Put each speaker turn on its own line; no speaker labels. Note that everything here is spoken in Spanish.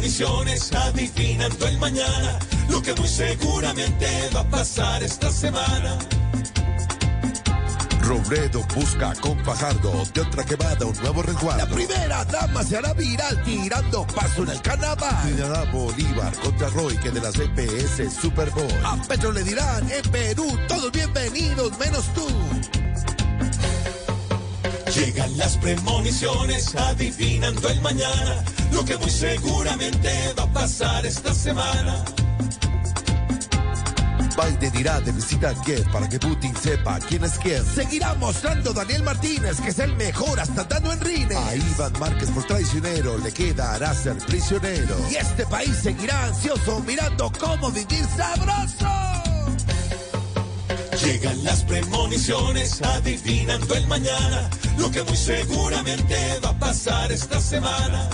Misiones adivinando el mañana, lo que muy seguramente va a pasar esta semana.
Robledo busca con Fajardo de otra quemada un nuevo resguardo.
La primera dama se hará viral tirando paso en el carnaval.
Trinidad Bolívar contra Roy que de las EPS Superboy.
A Petro le dirán en Perú todos bienvenidos menos tú.
Llegan las premoniciones adivinando el mañana, lo que muy seguramente va a pasar esta semana.
Biden dirá de visita a Kiev para que Putin sepa quién es quién.
Seguirá mostrando Daniel Martínez, que es el mejor hasta dando en rines.
A Iván Márquez por traicionero le quedará ser prisionero.
Y este país seguirá ansioso mirando cómo vivir sabroso.
Llegan las premoniciones adivinando el mañana, lo que muy seguramente va a pasar esta semana.